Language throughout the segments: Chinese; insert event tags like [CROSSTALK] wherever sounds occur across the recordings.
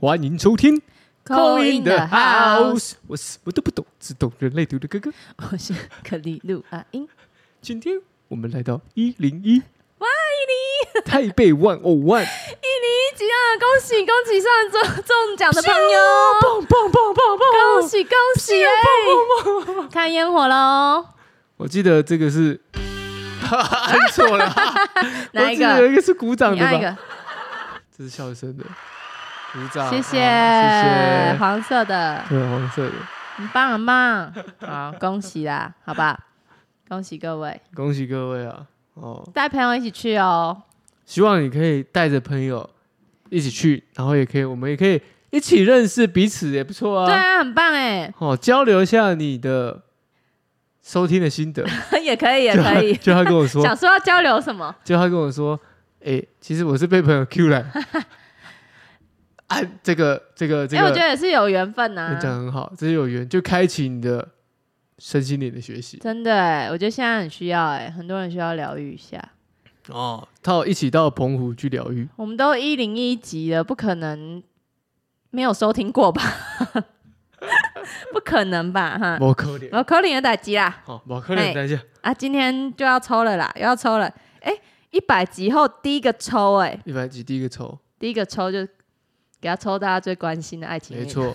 欢迎收听《 Call in the house 我什么都不懂，只懂人类读的哥哥。我是可丽露阿英，今天我们来到一零一， [LAUGHS] 哇，一零一，台北万哦万，一零一集啊！恭喜恭喜上周中奖的朋咻友，啊棒棒棒棒棒！恭！喜恭喜！哎看烟火喽，我记得这个是， [LAUGHS] 按错了，哪我一记得个？啊一个是鼓掌你的按一吧？个，这是笑声的，鼓掌，谢谢啊谢谢，黄色的，对，黄色的，很棒很棒，好恭喜啦，好吧，恭喜各位，恭喜各位啊！哦，带朋友一起去哦，希望你可以带着朋友一起去，然后也可以，我们也可以一起认识彼此，也不错啊。对啊，很棒哎，哦，交流一下你的收听的心得， [LAUGHS] 也可以也可以， [LAUGHS] 就他跟我说， [LAUGHS] 想说要交流什么？就他跟我说，哎、其实我是被朋友 Q 来， [LAUGHS] 啊，这个这个这哎，我觉个，得也是有缘分啊呐你，讲得很好，这是有缘，就开启你的身心灵的学习真的哎，我觉得现在很需要哎，很多人需要疗愈一下。哦，到一起到澎湖去疗愈，我们都一零一集了，不可能没有收听过吧？ [LAUGHS] 不可能吧？哈，毛可怜，我扣零的打击啦！好，毛可怜，啊哦哎等一下，啊，今天就要抽了啦，又要抽了。哎，一百集后第一个抽、哎，一百集第一个抽，第一个抽就给他抽大家最关心的爱情。没，错，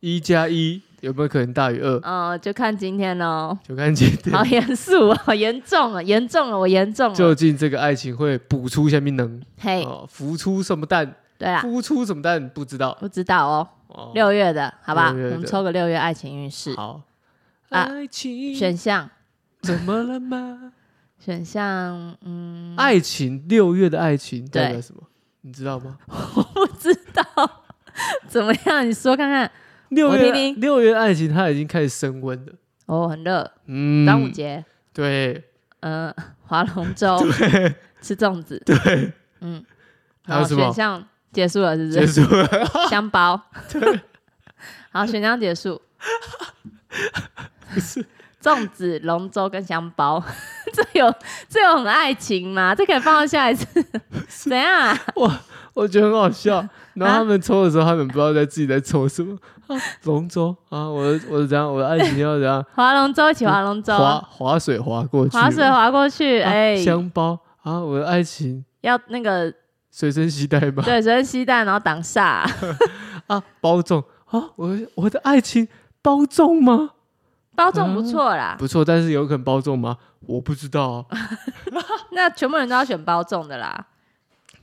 一加一有没有可能大于二？嗯、就看今天喽。就看今好天严肃啊，好严重啊，严重了，我严重 [LAUGHS] 了究。竟这个爱情会补出下面能嘿，哦，浮出什么蛋？哎对啦，孵出什么蛋不知道。不知道哦，哦，六月的好吧，六月的我们抽个六月爱情运势好，啊爱情选项，怎么了吗？选项， [LAUGHS] 嗯，爱情六月的爱情对代表什么？你知道吗？不知道怎么样，你说看看。六我月听听六月爱情它已经开始升温了。哦，很热，嗯端午节，对，嗯、划 [LAUGHS] 龙舟，吃粽子，对，嗯，还有好什么选项结束了，是不结是？束了。 [LAUGHS] 香包， [LAUGHS] 好，选项结束，粽子、龙舟跟香包， [LAUGHS] 这有这有很爱情吗？这可以放到下 [LAUGHS] 一次，怎样、啊？我觉得很好笑。然后他们抽的时候，他们不知道在自己在抽什么。啊龙舟啊，我的我的怎样？我的爱情要怎 [LAUGHS] 样？划龙舟，一起划龙舟，啊划划水划过去，划水划过去，啊哎、香包啊，我的爱情要 [LAUGHS] 那个随身携带吗？对，随身携带，然后挡煞。啊，包粽啊，我我的爱情包粽吗？包粽不错啦，不错，但是有可能包粽吗？我不知 [LAUGHS] 道、啊。那全部人都要选包粽的啦，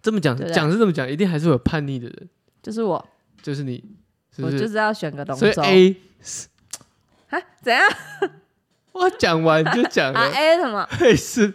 这么讲对不对啊讲是这么讲，一定还是会有叛逆的人，就是我，就是你，是我不是？就是要选个龙所以舟。 A，啊，怎样我讲完就讲 [LAUGHS] 啊了？A 什么？ ，A 是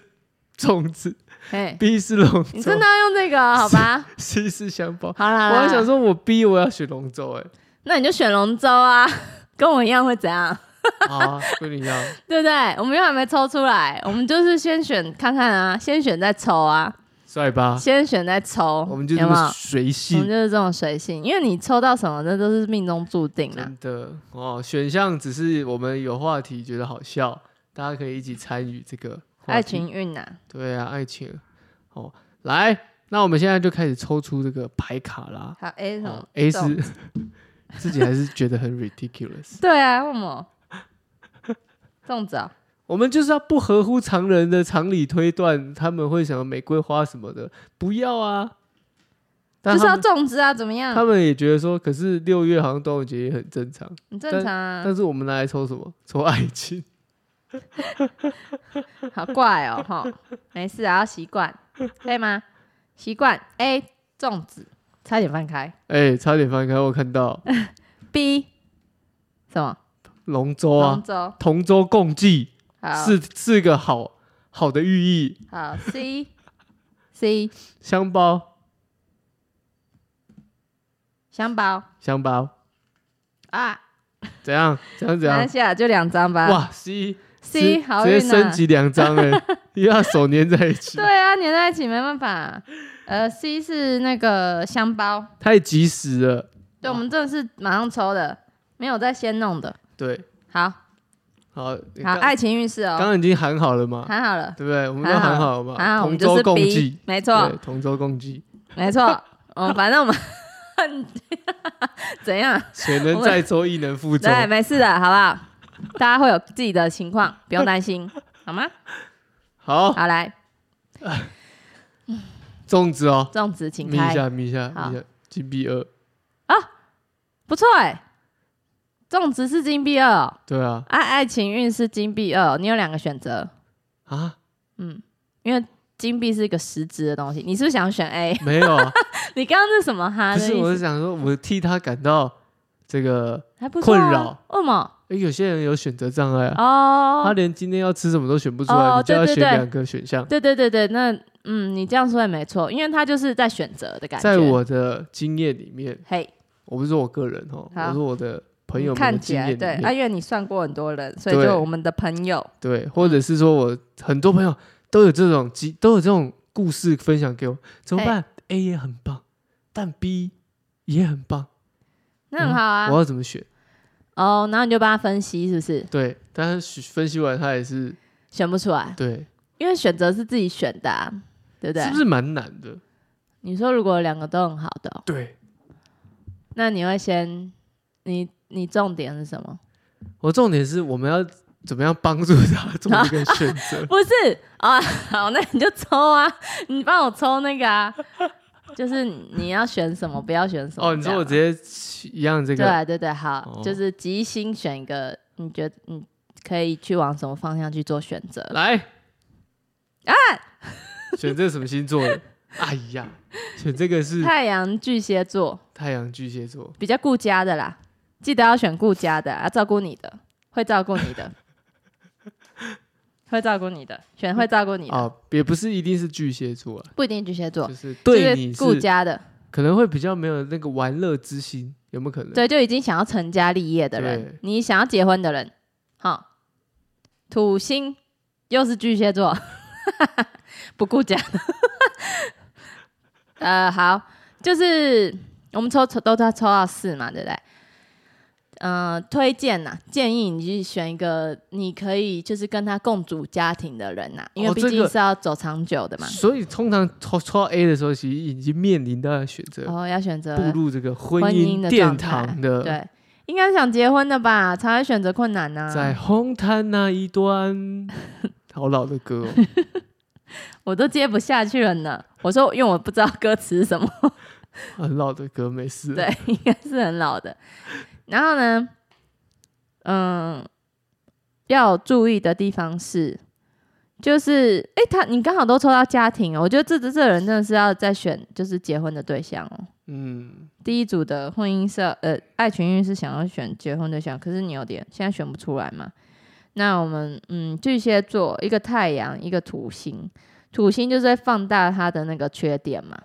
粽子 [LAUGHS] 哎， ，B 是龙你舟真的要用这个哦好 [LAUGHS] 吧？ ，C 是香包。好啦，我好还啦想，说，我 B 我要选龙舟、欸，那你就选龙舟啊， [LAUGHS] 跟我一样会怎样？ [LAUGHS] 哎，啊，跟你一样，对不对？我们又还没抽出来，我们就是先选看看啊，先选再抽啊，帅吧？先选再抽，我们就有这没么有？随我性们，就是这种随性，因为你抽到什么，那都是命中注定啊啦。真的哦，选项只是我们有话题觉得好笑，大家可以一起参与这个话爱题。情运呐，对啊，爱情哦，来，那我们现在就开始抽出这个牌卡啦。好 A 什哦么，A 粽是 [LAUGHS] 自己还是觉得很 ridiculous， [LAUGHS] 对啊，为什么？粽子啊、我们就是要不合乎常人的常理推断，他们会想要玫瑰花什么的，不要啊。 [LAUGHS] 但就是他要们种植啊，怎么他样？们也觉得说，可是六月好像端午节也很正常，很正常啊，但是我们拿来抽什么？抽爱情。 [LAUGHS] 好怪哦，哈，没事啊，要习惯，可以吗？习惯 A 粽子，差点翻开哎、差点翻开，我看到 B 什么龙舟龙啊，舟，同舟共济好是是个好好的寓意。好 C C 香包， [LAUGHS] 香包香包，啊，怎样？怎样？没怎关样？系啊，就两张吧。哇，C 直 C 好直接运升啊，级两张 [LAUGHS] 哎，又要手粘在一起，对啊，粘在一起没办法。呃，C 是那个香包，太及时了。对，哇我们这是马上抽的，没有在先弄的。对，好，好，好，刚爱情运势刚哦，刚已经喊好了嘛，谈好了，对不对？我们都喊好喊好了嘛，啊，我同们就舟是共 B，济，没错， [LAUGHS] 哦对，同舟共济。没错，嗯，反正我们 [LAUGHS] 很怎样？水 [LAUGHS] 能载舟，亦能覆舟。对，没事的，好不好？大家会有自己的情况，不用 [LAUGHS] 担心，好吗？好，好，来，粽子哦，粽子请眯一开，下，眯一下，好眯一下，金币二，不错哎、粽子是金币二、哦，对啊，爱爱情运是金币二、哦你有两个选择， [LAUGHS] 啊，嗯，因为金币是一个实质的东西，你是不是想选 A？ [LAUGHS] 没有啊，你刚刚是什么哈不的是，啊意我思？是想说，我替他感到这个，还不错、困啊，扰为什么？诶有些人有选择障碍啊，他哦，连今天要吃什么都选不出来，哦你就对要对选对两个选项。对对对对，那嗯，你这样说也没错，因为他就是在选择的感觉。在我的经验里面，嘿，我不是说我个人哦，好我说我的朋友们看的起经来验里对，面，啊，因为你算过很多人，所以对就我们的朋友，对，或者是说我很多朋友都有这种经，都有这种故事分享给我，怎么嘿办？A 也很棒，但 B 也很棒，那很好啊嗯我。要怎么选？哦，然后你就帮他分析，是不是对，但是分析完他也是选不出来？对，因为选择是自己选的、啊，对不对？是不是蛮难的？你说如果两个都很好的哦、对那你会先，你你重点是什么？我重点是我们要怎么样帮助他做一个选择？ [LAUGHS] 不是啊，好，那你就抽啊，你帮我抽那个啊，就是你要选什么，不要选什么。哦，你说我这直样接一样这个，对对对，好，哦就是即兴选一个，你觉得你可以去往什么方向去做选择？来啊，[LAUGHS] 啊选这什么星座的？哎呀，选这个是太阳巨蟹座太阳巨蟹座，比较顾家的啦，记得要选顾家的啊，照顾你的，会照顾你的， [LAUGHS] 会照顾你的，选会照顾你的，啊，也不是一定是巨蟹座啊，不一定巨蟹座就，是就对是你顾是家的，可能会比较没有那个玩乐之心，有没有可能？对，就已经想要成家立业的人对，你想要结婚的人，好，土星又是巨蟹座， [LAUGHS] 不顾家。 [LAUGHS] 呃，好，就是我们抽抽都抽抽到四嘛，对不对？嗯、推荐呐、建议你去选一个你可以就是跟他共组家庭的人呐、因为哦毕这竟个是要走长久的嘛。所以通常抽抽到 A 的时候，其实已经面临到选择哦，要选择步入这个婚婚姻姻的殿状态堂的，对，应该是想结婚的吧，才会选择困难啊呐、在红毯那一 [LAUGHS] 端，好老的歌哦。我都接不下去了呢。我说，因为我不知道歌词是什么，很老的歌，没事。对，应该是很老的。然后呢，嗯，要注意的地方是，就是，诶，他你刚好都抽到家庭哦，我觉得这这这人真的是要再选，就是结婚的对象哦。嗯，第一组的婚姻社，呃，爱情运是想要选结婚对象，可是你有点现在选不出来嘛。那我们嗯，巨蟹座一个太阳，一个土星，土星就是会放大他的那个缺点嘛，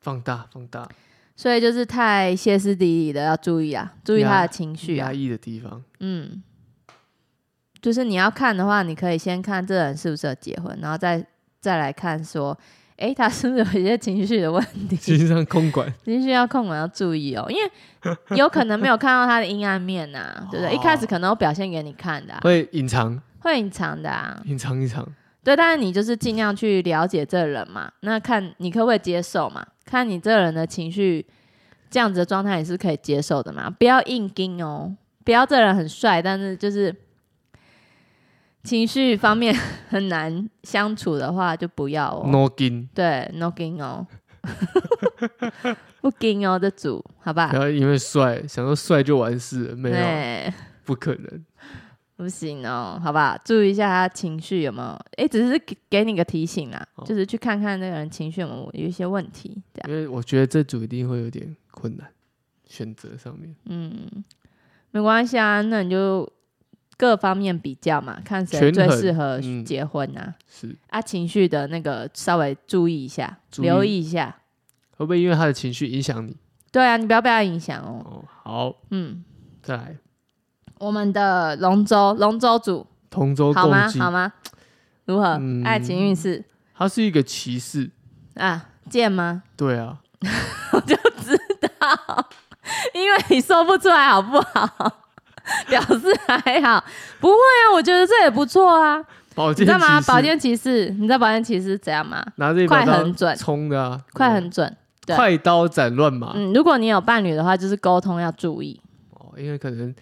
放大放大，所以就是太歇斯底里的要注意啊，注意他的情绪压啊，抑的地方。嗯，就是你要看的话，你可以先看这人适不适合结婚，然后再再来看说，诶，他是不是有一些情绪的问题？心上空管，情绪要控管要注意哦，因为有可能没有看到他的阴暗面呐、对不对？一开始可能我表现给你看的啊、会隐藏会隐藏的啊，隐藏隐藏。对。但是你就是尽量去了解这人嘛，那看你可不可以接受嘛，看你这人的情绪这样子的状态你是可以接受的嘛，不要硬盯哦，不要这人很帅，但是就是情绪方面很难相处的话就不要哦。 No gain，对，no 盯哦， [LAUGHS] 不盯哦，这组好吧不。要因为帅想说帅就完事了，没有，对，不可能。不行哦，好吧，注意一下他情绪有没有？哎，只是给给你个提醒啦，哦就是去看看那个人情绪有没有有一些问题，这样，因为我觉得这组一定会有点困难，选择上面嗯，没关系啊，那你就各方面比较嘛，看谁权最衡适合嗯结婚啊，是啊，情绪的那个稍微注意一下，注意留意一下，会不会因为他的情绪影响你？对啊，你不要被他影响哦，哦，好，嗯，再来我们的龙舟龙舟组同舟好共吗？济好，吗？如何？嗯爱情运势他是一个骑士，啊，见吗？对啊，因为你说不出来好不好？表示还好，不会啊，我觉得这也不错啊，宝你剑知道吗？骑士保健骑士，你知道保健骑士怎样吗？拿着一快把很刀准冲的啊，快很准，对快刀斩乱麻、嗯，如果你有伴侣的话，就是沟通要注意。哦，因为可能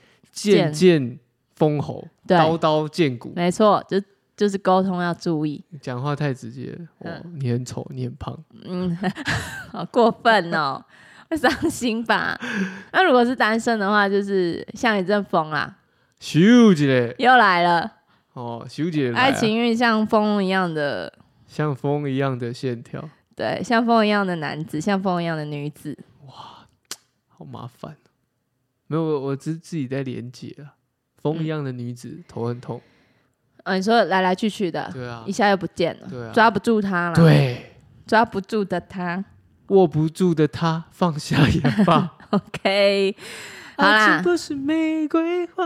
剑剑剑封喉，对刀刀见骨，没错，就就是沟通要注意。讲话太直接了。哦，你很丑，你很胖，嗯， [LAUGHS] 好过分哦，会伤心吧？那如果是单身的话，就是像一阵风啦，咻姐嘞，又来了，哦，咻姐来、啊，爱情运像风一样的，像风一样的线条，对，像风一样的男子，像风一样的女子。好麻烦。哦没有，我我只是自己在连接啊。风一样的女子，头很痛。嗯、你说来来去去的，对啊一，下又不见了，对啊抓不住他了，，对，抓不住的他。 [LAUGHS] 握不住的她放下也罢。 OK，好啦爱情，不是玫瑰花，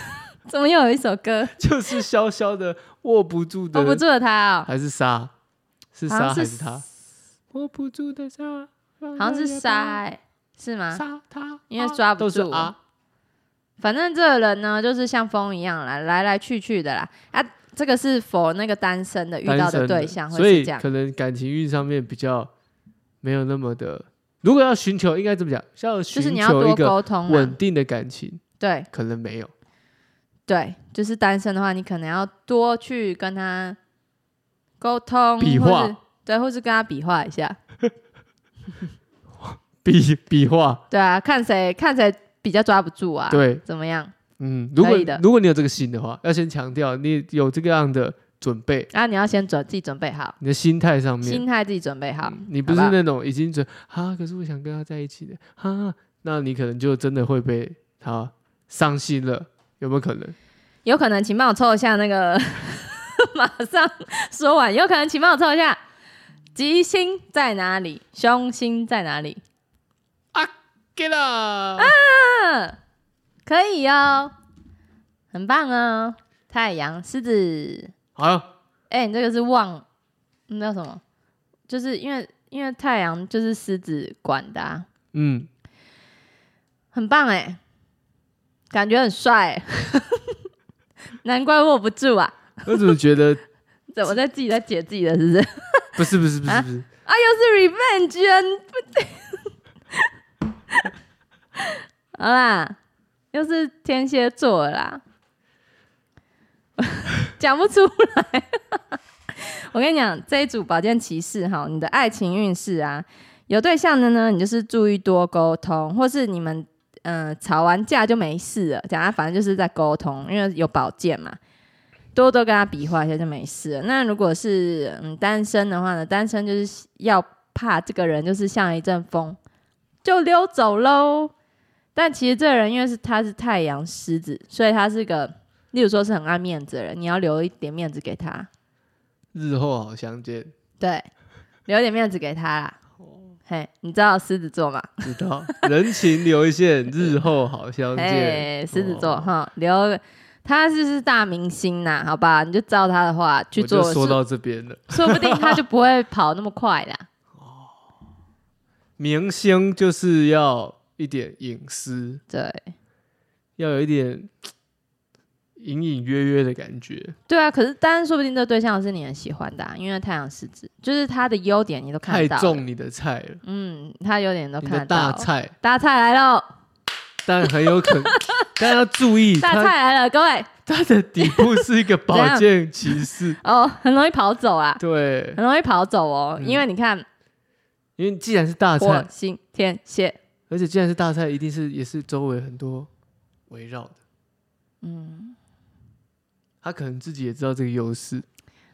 [LAUGHS] 怎么又有一首歌就是潇潇的握不住的，握不住的他哦？还是沙？是好沙像还是是他？握不住的沙，好好像是沙、欸，是吗？沙他，因为啊抓不都是住啊。反正这个人呢，就是像风一样啦，来来去去的啦。啊，这个是否那个单身的遇单到身的对象会所以是这样？可能感情运上面比较没有那么的。如果要寻求，应该怎么讲？是要就寻是你要求一多个沟通啊啦稳。定的感情，对可能没有。对，就是单身的话，你可能要多去跟他沟通，比或划是对，或是跟他比划一下。比比划，对啊，看谁看谁比较抓不住啊？，对，怎么样？嗯，如果可以的如果你有这个心的话，要先强调你有这个样的准备，啊，你要先准自己准备好，你的心态上面，嗯心态自己准备好。你不是好不好那种已经准哈，可是我想跟他在一起的哈，那你可能就真的会被他伤心了，有没有可能？有可能，请帮我抽一下那个， [LAUGHS] 马上说完。有可能，请帮我抽一下，吉星在哪里？凶星在哪里？给啦，嗯，可以哦，很棒哦。太阳狮子，好，哎、你这个是旺，那叫什么？就是因为因为太阳就是狮子管的、啊，嗯，很棒哎、感觉很帅欸、 [LAUGHS] 难怪握不住啊！我怎么觉得怎么在自己在解自己的，是不是？ [LAUGHS] 不是不是不是啊不是，啊，又是 revenge，嗯不对， [LAUGHS] 好啦，又是天蝎座了啦， [LAUGHS] 讲不出来。 [LAUGHS] 我跟你讲，这一组保健骑士哈，你的爱情运势啊，有对象的呢，你就是注意多沟通，或是你们嗯、呃吵完架就没事了，讲啊，反正就是在沟通，因为有保健嘛。多多跟他比划一下就没事了。那如果是嗯单身的话呢，单身就是要怕这个人就是像一阵风就溜走喽。但其实这个人因为是他是太阳狮子，所以他是个，例如说是很爱面子的人，你要留一点面子给他，日后好相见，对，留一点面子给他啦。嘿，你知道狮子座吗？知道人情留一 [LAUGHS] 线，日后好相见。嘿，哎狮子座哦哈，留他是是大明星呐，好吧，你就照他的话去我就做，说说到这边了，说不定他就不会跑那么快啦。明星就是要一点隐私，对，要有一点隐隐约约的感觉。对啊，可是当然说不定这对象是你很喜欢的啊、因为太阳狮子就是他的优点你都看太到了，中你的菜了，嗯，他优点你都你看的得到大了。菜，大菜来喽！但很有可 [LAUGHS] 能，但要注意，大它菜来了，各位它的底部是一个怎保样健骑 [LAUGHS] 士。哦，很容易跑走啊，对，很容易跑走哦，嗯因为你看因为既然是大火菜，星天蝎，而且既然是大菜，一定是也是周围很多围绕的。嗯，他可能自己也知道这个优势，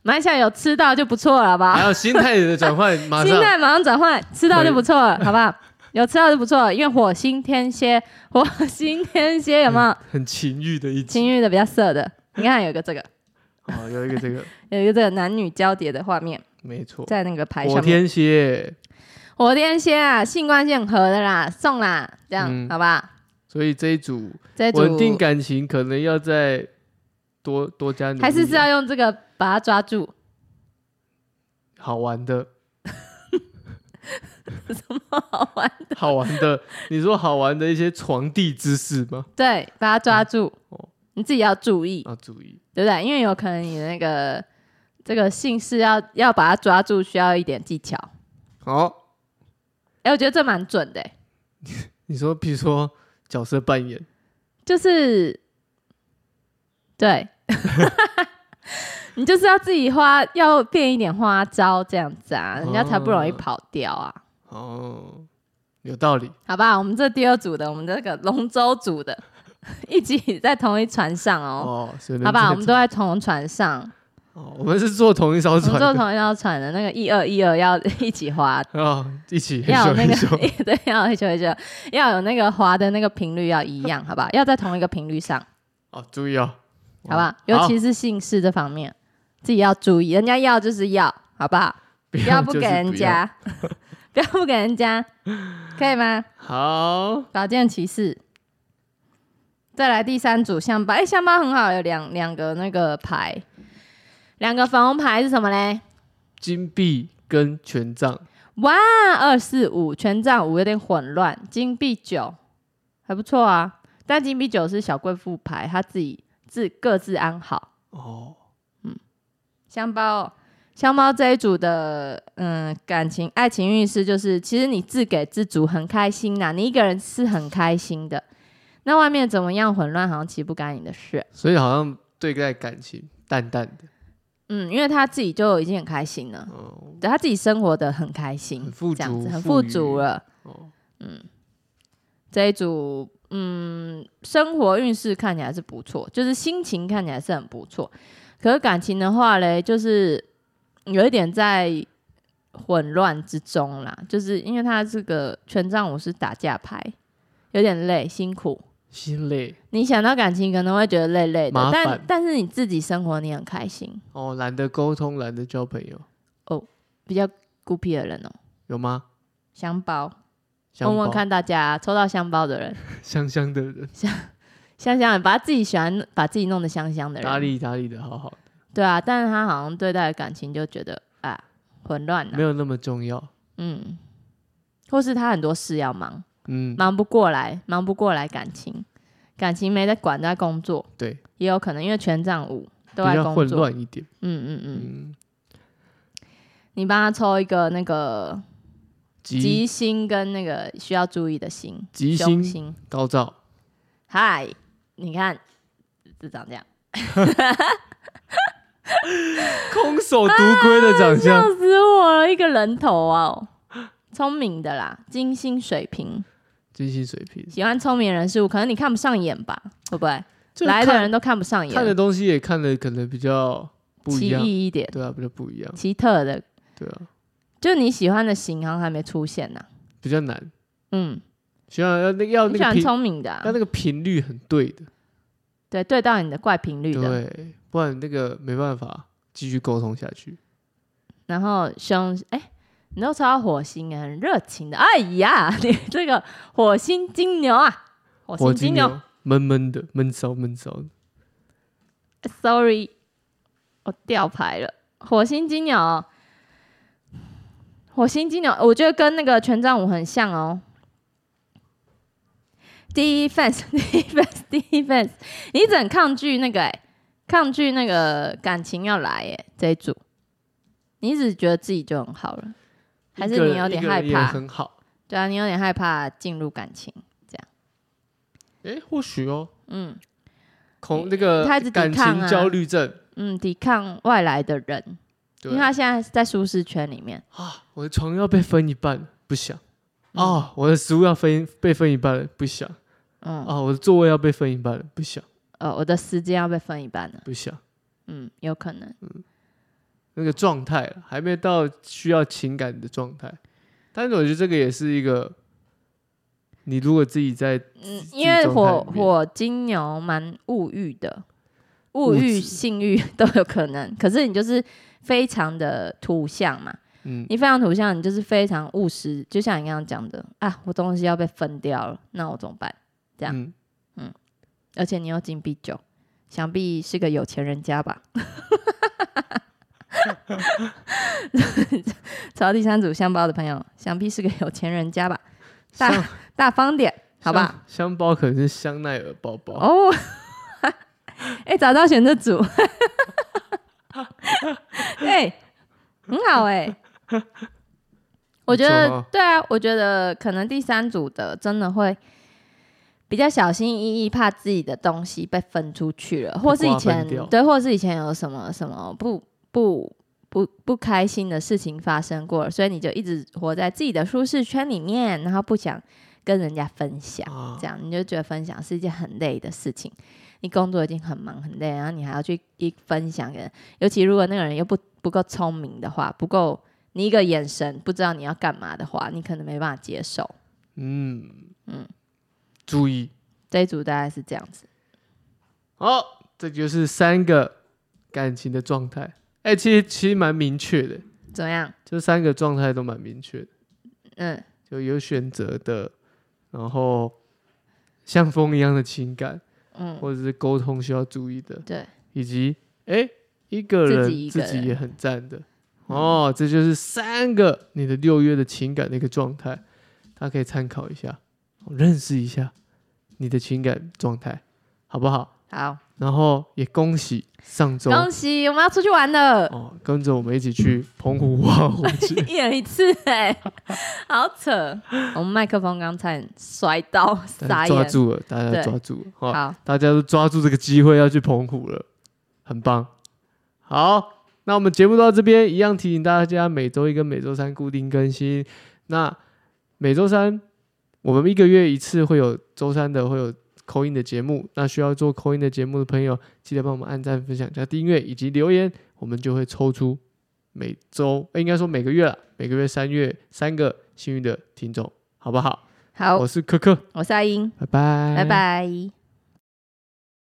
马来西亚有吃到就不错了，好不好还？有心态的转换，哎马啊心上态马上转换，吃到就不错了，好不好？有吃到就不错了，因为火星天蝎，火星天蝎有没有很很情欲的一情集？欲的比较色的？你看有一个这个，哦，有一个这 [LAUGHS] 个有一个这个男女交叠的画面。没错，在那个牌火上面。天蝎，火天蝎啊，性关系很合的啦，送啦，这样、嗯好不好？所以这一组这一组稳定感情可能要再多多加努力，还是是要用这个把它抓住，好玩的， [LAUGHS] 好玩？好玩的，你说好玩的一些床地姿势吗？对，把它抓住，哦你自己要注意，要注意，对不对？因为有可能你的那个这个姓氏要要把它抓住，需要一点技巧。好，哎、我觉得这蛮准的欸、你说，比如说角色扮演，就是 [LAUGHS] 对，你就是要自己花，要变一点花招这样子啊，人家才不容易哦跑掉啊。哦，有道理。好吧，我们这第二组的，我们这个龙舟组的， [LAUGHS] 一起在同一船上哦。哦，所以呢好吧，这我个们都在同 [LAUGHS] 船上，哦，我们是坐同一艘我们船坐的同一条船的那个一二一二要 [LAUGHS] 一起划，哦，一起嘿要有咻那嘿个咻 [LAUGHS] 对，要一起一起，要有那个划的那个频率要一样，好吧？要在同一个频率上，哦，注意哦，好哦吧？尤其是姓氏这方面，自己要注意，人家要就是要，好不好？不不要不就是给人 [LAUGHS] 不要。家， [LAUGHS] 不要不给人家，可以吗？好，宝剑骑士，再来第三组象八，哎、象八很好，有两两个那个牌，两个粉红牌是什么嘞？金币跟权杖，哇，二四五权杖五有点混乱，金币九还不错啊，但金币九是小贵妇牌，他自己自各自安好。哦，香包，哦香包这一组的嗯感情爱情运势就是，其实你自给自足很开心啦，你一个人是很开心的，那外面怎么样混乱好像其实不干你的事。所以好像对待感情淡淡的，嗯，因为他自己就已经很开心了，哦，对他自己生活的很开心，很富这样足子很富富裕足了。哦，这一组，嗯，生活运势看起来是不错，就是心情看起来是很不错。可是感情的话嘞，就是有一点在混乱之中啦，就是因为他这个权杖五是打架牌，有点累，辛苦。心累，你想到感情可能会觉得累累的麻，但烦但是你自己生活你很开心，哦，懒得沟通，懒得交朋友，比较孤僻的人哦、有吗？想包。香问包问看大家抽到香包的人， [LAUGHS] 香香的人，香香的把他自己喜欢把自己弄得香香的呃打人，理打理的好好的，对啊，但是他好像对待感情就觉得啊混乱了、没有那么重要。嗯，或是他很多事要忙，嗯，忙不过来，忙不过来感情，感情没在管在工作，对，也有可能因为权杖五比都在较工混作，乱一点。嗯嗯嗯，嗯，你帮他抽一个那个吉吉星跟那个需要注意的星，吉凶星星，高照，嗨，你看就长这样。空手独归的长相笑，死我了，一个人头啊、哦，聪明的啦，金星水平，金星水平，喜欢聪明的人事物，可能你看不上眼吧，会不会？就是来的看人都看不上看的眼，东西也看的可能比较不一奇样，异一点，对啊，比较不一样，奇特的，对啊，就你喜欢的型好像还没出现呢、比较难。嗯，需要要那要你那喜个欢频，聪明的啊、要那个频率很对的，对，对到你的怪频率的，对，不然那个没办法继续沟通下去。然后凶，哎、你都抽到火星，很热情的，哎呀， [LAUGHS] 你这个火星金牛啊，火火星金金牛牛哦闷闷的，闷骚闷骚的， Sorry，我掉牌了。火星金牛，火星金牛，我觉得跟那个权杖五很像哦。Defense，defense，defense，你一直很抗拒那个、欸，抗拒那个感情要来、欸，这一组，你一直觉得自己就很好了，还是一个人你有点一个人害也怕？很好，对啊，你有点害怕进入感情，哎，或许哦，嗯恐那个他一直抵感抗情啊焦虑症，嗯，抵抗外来的人，因对为他现在在舒适圈里面。啊，我的床要被分一半了，不想。哦，我的食物要分被分一半了，不想。嗯，哦，我的座位要被分一半了，不想，呃，我的时间要被分一半了。不想。嗯，有可能。那个状态了，还没到需要情感的状态。但是我觉得这个也是一个，你如果自己在嗯，己因为状态火里面火金牛蛮物欲的，物物欲、质性欲 [LAUGHS] 都有可能。可是你就是非常的土象嘛，嗯你非常土象，你就是非常务实。就像你刚刚讲的啊，我东西要被分掉了，那我怎么办？这样嗯，而且你又金币九，想必是个有钱人家吧。 [LAUGHS] 找到第三组香包的朋友，想必是个有钱人家吧，大香大方点，好吧？香香包可能是香奈儿包包，哦， [LAUGHS] 哎、找到选择组， [LAUGHS] 哎、很好哎、我觉你说得吗对啊，我觉得可能第三组的真的会比较小心翼翼，怕自己的东西被分出去了，或是以瓜前分掉对，或是以前有什么什么不不不不开心的事情发生过了，所以你就一直活在自己的舒适圈里面，然后不想跟人家分享，啊这样你就觉得分享是一件很累的事情。你工作已经很忙很累，然后你还要去一分享给人，尤其如果那个人又不不够聪明的话，不够你一个眼神不知道你要干嘛的话，你可能没办法接受。嗯嗯注意这一组大概是这样子，哦，这就是三个感情的状态。哎、其实其实蛮明确的，怎么样？这三个状态都蛮明确的，嗯，就有选择的，然后像风一样的情感，嗯或者是沟通需要注意的，对，以及哎、一个人自己一个人嗯自己也很赞的。哦，这就是三个你的六月的情感的一个状态，大家可以参考一下，认识一下你的情感状态，好不好？好，然后也恭喜上周恭喜我们要出去玩了，，哦，跟着我们一起去澎湖 [LAUGHS] 花火节一人一次哎、 [LAUGHS] 好扯！我们麦克风刚才摔 [LAUGHS] 到，大家 [LAUGHS] 傻抓眼。住了，大家对抓住了，哦好，大家都抓住这个机会要去澎湖了，很棒。好，那我们节目到这边，一样提醒大家每周一跟每周三固定更新。那每周三我们一个月一次会有周三的会有扣音的节目，那需要做扣音的节目的朋友，记得帮我们按赞、分享、加订阅以及留言，我们就会抽出每周、呃应该说每个月了，每个月三月三个幸运的听众，好不好？好我，是柯柯，嗯我是阿英，拜拜，拜拜